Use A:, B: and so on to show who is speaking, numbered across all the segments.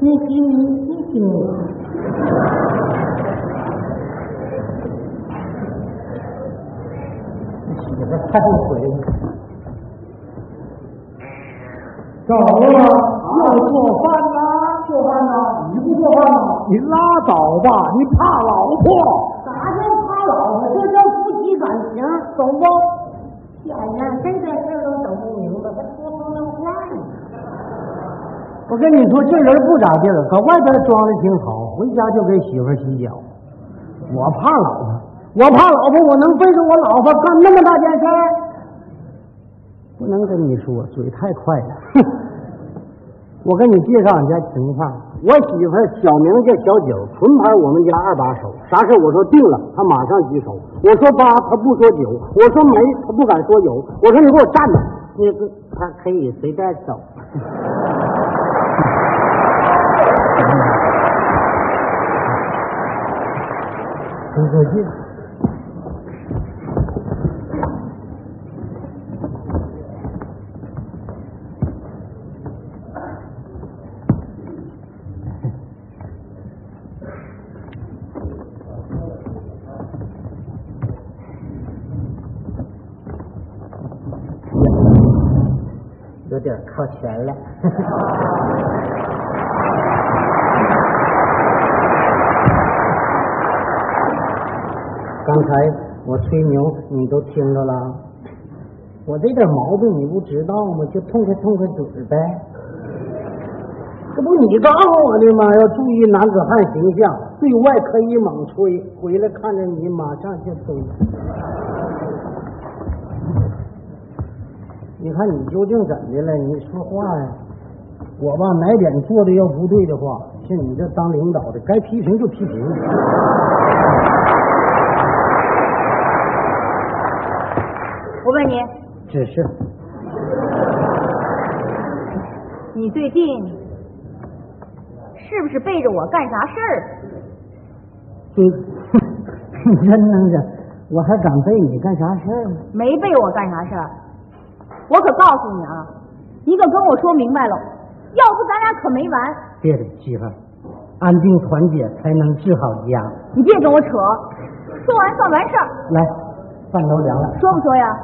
A: 你给你谢谢我。
B: 媳妇儿太会了，
A: 走啊，要做饭啦，做饭啦！你不做饭吗？
B: 你拉倒吧，你怕老婆？
A: 啥叫怕老婆？这叫夫妻感情，懂不？天
C: 哎
A: 哪，这点事儿都整不明白，还说说那话呢？
B: 我跟你说，这人不咋地儿，搁外边装的挺好，回家就给媳妇儿洗脚。我怕老婆，我怕老婆，我能背着我老婆干那么大件事儿？不能跟你说，嘴太快了。 哼，我跟你介绍俺家情况，我媳妇儿小名叫小九，纯牌我们家二把手。啥事我说定了，她马上举手；我说八，她不说九；我说没，她不敢说有；我说你给我站着，
A: 你不，他可以随便走。
B: 真过劲。
A: 有点靠前了。
B: 刚才我吹牛，你都听着了。我这点毛病你不知道吗？就痛快痛快嘴儿呗。这不你告诉我的吗？要注意男子汉形象，对外可以猛吹，回来看着你马上就吹。你看你究竟怎的了？你说话呀、我吧，哪点做的要不对的话，像你这当领导的，该批评就批评。
C: 我问你，
B: 只是
C: 你最近是不是背着我干啥事儿？
B: 你 你真能整，我还敢背你干啥事儿吗？
C: 没背我干啥事儿？我可告诉你啊，你可跟我说明白了，要不咱俩可没完。
B: 别理媳妇儿，安定团结才能治好家。
C: 你别跟我扯，说完算完事儿，
B: 来，饭都凉了，
C: 说不说呀？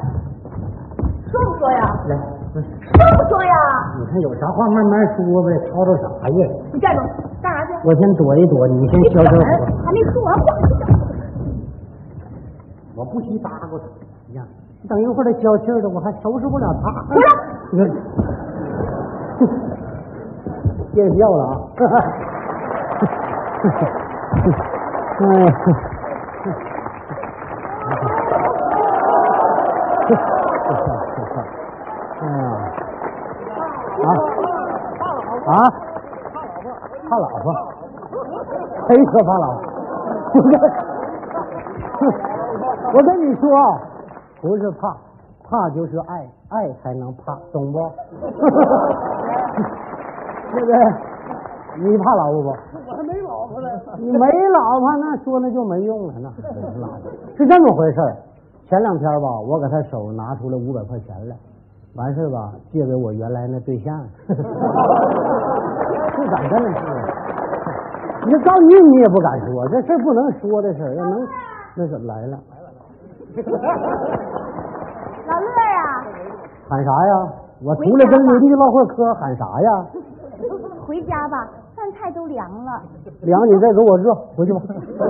C: 说不说呀？
B: 来，嗯
C: 说不说呀？
B: 你看有啥话慢慢说呗，吵吵啥呀？
C: 你站住，干啥去？
B: 我先躲一躲，你先
C: 你
B: 消
C: 等
B: 消
C: 儿
B: 火。
C: 还没说完话，你等会儿
B: 我不许搭咕他，呀，等一会儿他消气儿了，我还收拾不了他。
C: 回来。
B: 那见笑了啊！哎，哎呀，啊啊！怕老婆，谁说怕哎老婆？我跟， 我跟你说啊，不是怕，怕就是爱，爱才能怕，懂不？ 那个，你怕老婆不？
A: 我还没老婆呢。
B: 你没老婆，那说那就没用了，那还真是老婆是这么回事儿。前两天吧，我给他手拿出来五百块钱来，完事儿吧，借给我原来那对象， 这咋这么说？你这告你你也不敢说，这事儿不能说的事儿，要
C: 啊
B: 能那怎么来了？
C: 老乐呀、
B: 喊啥呀？我出来跟邻居唠会儿嗑，喊啥呀？
C: 回家吧，饭菜都凉了。
B: 凉，你再给我热，回去吧。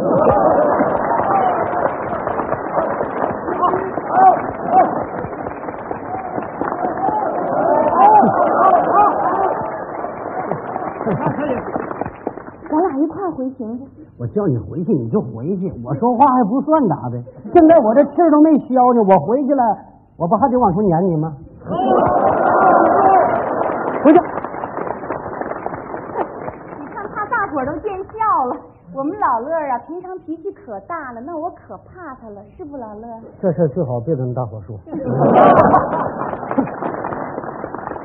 C: 咱俩一块儿回行不？
B: 我叫你回去，你就回去。我说话还不算咋的？现在我这气儿都没消呢，我回去了，我不还得往出撵你吗？回去。
C: 你看他大伙儿都见笑了。我们老乐啊，平常脾气可大了，那我可怕他了，是不老乐？
B: 这事儿最好别跟大伙说。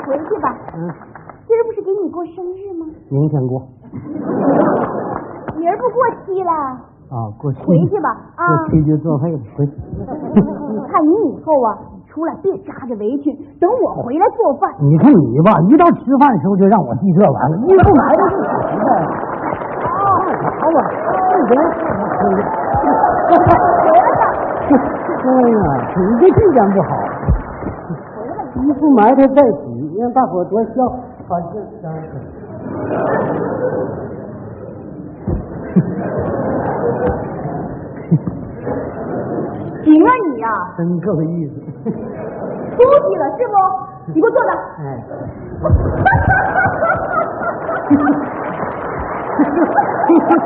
C: 回去吧，
B: 嗯，
C: 今儿不是给你过生日吗？
B: 明天过
C: 明儿不过期了，
B: 啊，过去
C: 回去吧啊！
B: 过去就作废了，回去。
C: 你看你以后啊，出来别扎着围裙，等我回来做饭。
B: 你看你吧，一到吃饭的时候就让我记这玩意儿，一不来就是。吧，这人挺，哎呀，你这质量不好，衣服埋汰再洗，让大伙儿多笑。哎好，这当然
C: 行啊你呀、
B: 真够意思。
C: 出息了是不？你给我坐那儿。
B: 哎，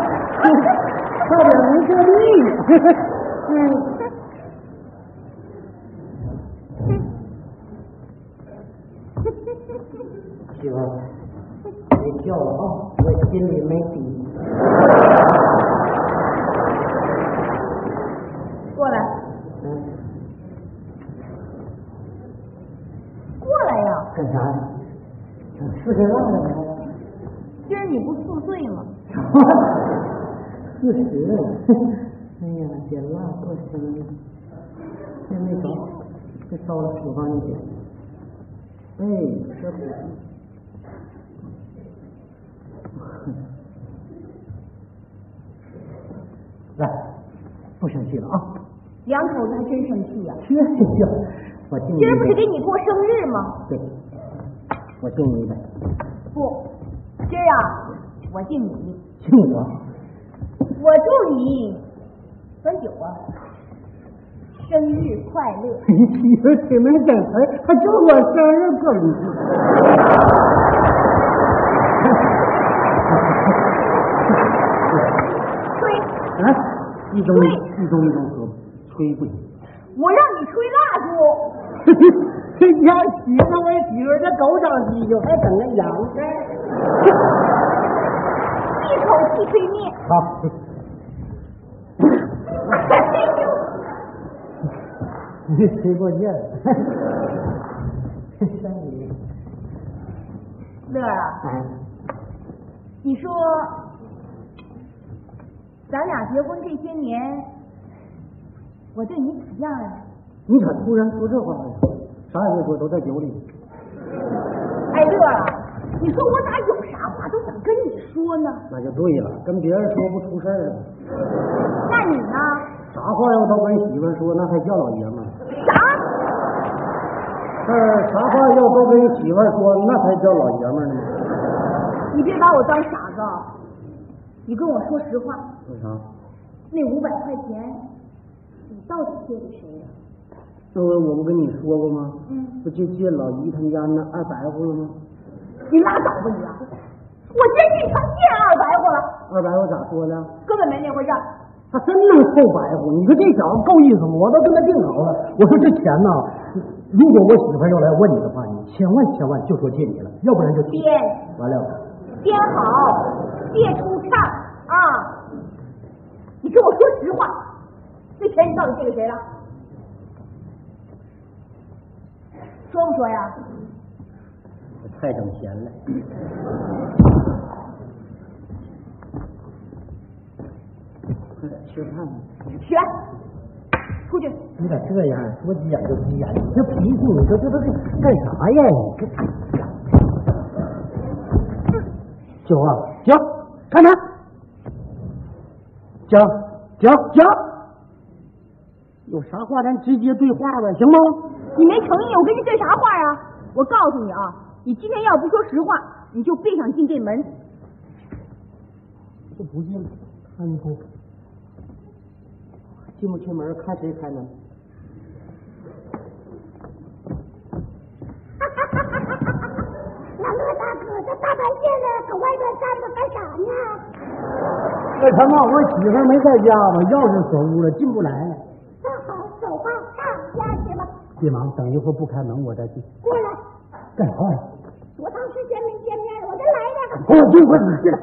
B: 差点没坐地。媳妇儿，别叫我啊，我心里没底。
C: 过来，
B: 嗯，
C: 过来呀！
B: 干啥呀？嗯四十万了吗？
C: 今儿你不宿醉吗？
B: 四十，哎呀，姐辣过生日，这没着，这烧了，我帮你点。哎，这不，来，不生气了啊！
C: 两口子还真生气呀、
B: 这呀，我敬你
C: 今儿不是
B: 一
C: 给
B: 杯，
C: 你过生日吗？
B: 对，我敬你一杯，
C: 不，今儿啊，我敬你，
B: 敬我，
C: 我祝你端酒啊，生日快乐。
B: 媳妇挺能整词儿，还祝我生日过礼。
C: 吹，
B: 啊，一中一中一中喝，吹不行。
C: 我让你吹蜡烛。
B: 这家媳妇我媳妇这狗长犄角，还整个羊。
C: 一口气吹灭。
B: 好，
C: 哎呦，
B: 你吹过劲 了。
C: 乐儿
B: 哎
C: 啊，你说咱俩结婚这些年，我对你咋样啊？
B: 你咋突然说这话呀？啥也没说，都在酒里。
C: 哎，乐儿啊，你说我咋有啥话都想跟你说呢？
B: 那就对了，跟别人说不出事儿了。
C: 那你呢？
B: 啥话要都跟媳妇儿说，那还叫老爷们儿。
C: 啥？
B: 呃，啥话要都跟媳妇儿说，那才叫老爷们儿呢。
C: 你别把我当傻子啊，你跟我说实话，
B: 为啥？
C: 那五百块钱，你到底借给谁了？
B: 那我我不跟你说过吗？
C: 嗯，
B: 不就借老姨他们家那二白乎了吗？
C: 你拉倒吧你啊！我真给他借二百过了。
B: 二白乎咋说的？
C: 根本没那回事儿。
B: 他真能凑白乎！你说这小子够意思吗？我都跟他定好了。我说这钱呐，如果我媳妇儿要来问你的话，你千万千万就说借你了，要不然就
C: 编
B: 完了。
C: 编好，借出唱啊！你跟我说实话，那钱你到底借给谁了？说不说呀？
B: 我太整钱了。快点吃饭吧。
C: 起来，出去！
B: 你咋这样？说急眼就急眼，你这脾气，你说这都是干啥呀？你这酒啊，酒，干啥？酒，酒，酒，有啥话咱直接对话呗，行不？
C: 你没诚意，我跟你对啥话呀？我告诉你啊，你今天要不说实话，你就别想进这门。
B: 就不进了，看不进不去门，看谁开门。
D: 老乐大哥，这大半夜的搁外边站着干啥呢？
B: 那他妈我媳妇儿没在家吧？钥匙锁屋了，进不来。
D: 那好，走吧，上家去吧。
B: 别忙，等一会儿不开门我再进。
D: 过来，
B: 干啥呀？
D: 多长时间没见面了？我这来两个。
B: 给我进，快点进来。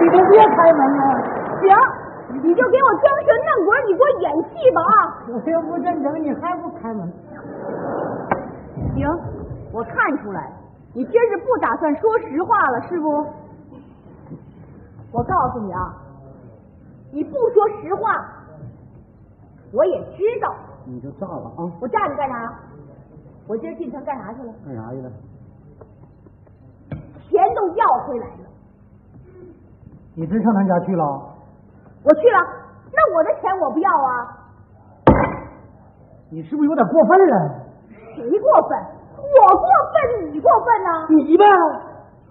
A: 你都别开门了，
C: 行，你就给我装神弄鬼，你给我演戏吧啊！
A: 我又不正经，你还不开门？
C: 行，我看出来了，你今儿是不打算说实话了，是不？我告诉你啊，你不说实话，我也知道。
B: 你就炸了啊！
C: 我炸你干啥？我今儿进城干啥去了？
B: 干啥去了？
C: 钱都要回来了，
B: 你真上他家去了？
C: 我去了，那我的钱我不要啊！
B: 你是不是有点过分了？
C: 谁过分？我过分，你过分呐、
B: 你呗，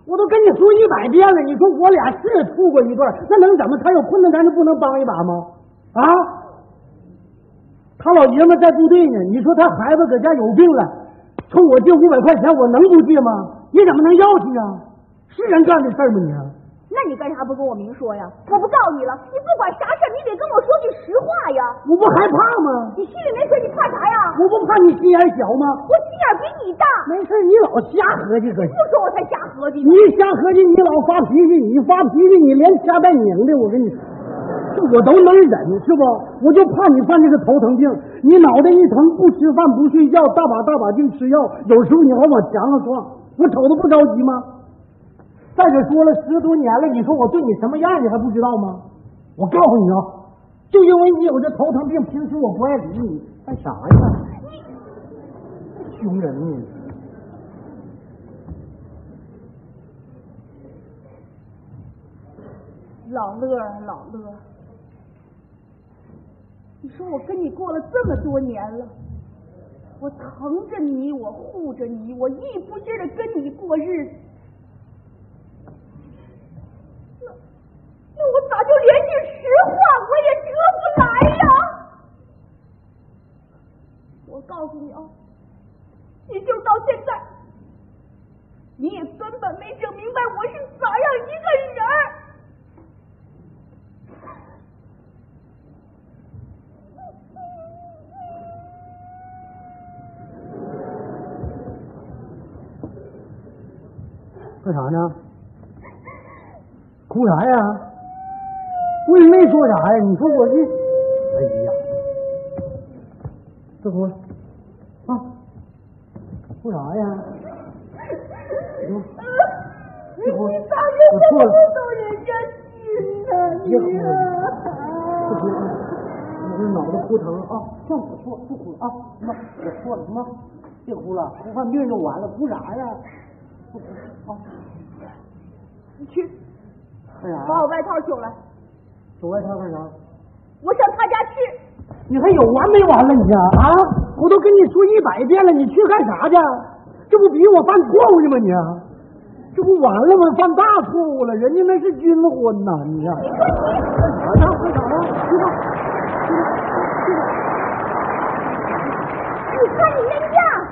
B: 我都跟你说一百遍了，你说我俩是处过一段儿，那能怎么？他有困难咱就不能帮一把吗？啊？他老爷们在部队呢，你说他孩子搁家有病了，冲我借五百块钱，我能不借吗？你怎么能要去啊？是人干的事儿吗你？
C: 那你干啥不跟我明说呀？我不告你了，你不管啥事儿，你得跟我说句实话呀！
B: 我不害怕吗？
C: 你心里没鬼，你怕啥呀？
B: 我不怕你心眼小吗？
C: 我心眼儿比你大，
B: 没事，你老瞎合计可行。
C: 不说我才瞎合计呢。
B: 你瞎合计，你老发脾气，你发脾气，你连掐带拧的，我跟你说，这我都能忍，是不？我就怕你犯这个头疼病，你脑袋一疼不吃饭不睡觉，大把大把净吃药，有时候你还往墙上撞，我瞅着不着急吗？再者说了，十多年了，你说我对你什么样，你还不知道吗？我告诉你啊，就因为你有这头疼病，平时我不爱理你，干啥呀？凶人呢！
C: 老乐儿，老乐儿，你说我跟你过了这么多年了，我疼着你，我护着你，我一不劲的跟你过日子，那那我咋就连句实话我也得不来呀？我告诉你啊，你就到现在，你也根本没整明白我是咋样一个人儿。
B: 干啥呢？哭啥呀？我也没说啥呀，你说我这，哎呀，这不啊，哭啥呀？
C: 你咋又
B: 我错了哎
C: 不懂人家心呢？你
B: 不
C: 啊，
B: 哭了，我这脑袋哭疼了啊！算我错，不哭了啊！妈，我错了，妈，别哭了，不犯病就完了，哭啥呀？不哭了啊！
C: 你去
B: 干啥
C: 把
B: 呀？
C: 我外套取来，
B: 走外套干啥？
C: 我上他家去。
B: 你还有完没完了你呀、啊？我都跟你说一百遍了，你去干啥去？这不逼我犯错误去吗你、啊这不完了吗？犯大错误了，人家那是军婚呐、你啊呀、
C: 你说你，
B: 干啥呢？干啥呢？去吧，
C: 你看你那样。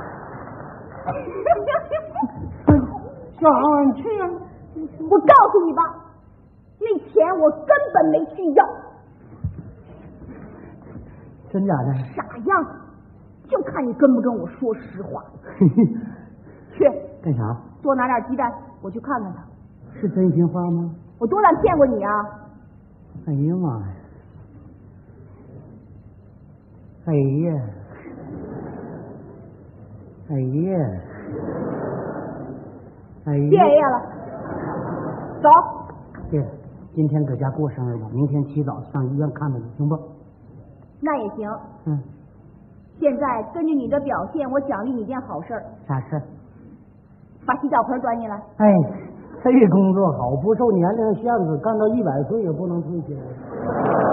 B: 干啥玩意嗯儿？去啊呀、
C: 我告诉你吧，那钱我根本没去要，
B: 真假的？
C: 傻样子，就看你跟不跟我说实话。
B: 嘿嘿，
C: 去
B: 干啥？
C: 多拿点鸡蛋，我去看看他。
B: 是真心话吗？
C: 我多敢骗过你啊！
B: 哎呀妈呀！哎呀，哎呀，哎呀！
C: 谢爷爷了，走，
B: 对了，今天搁家过生日吧，明天起早上医院看看去，行不？
C: 那也行。
B: 嗯，
C: 现在根据你的表现，我奖励你一件好事儿，
B: 啥事儿？
C: 把洗脚盆端进来。
B: 哎，这工作好，不受年龄限制，干到一百岁也不能退休。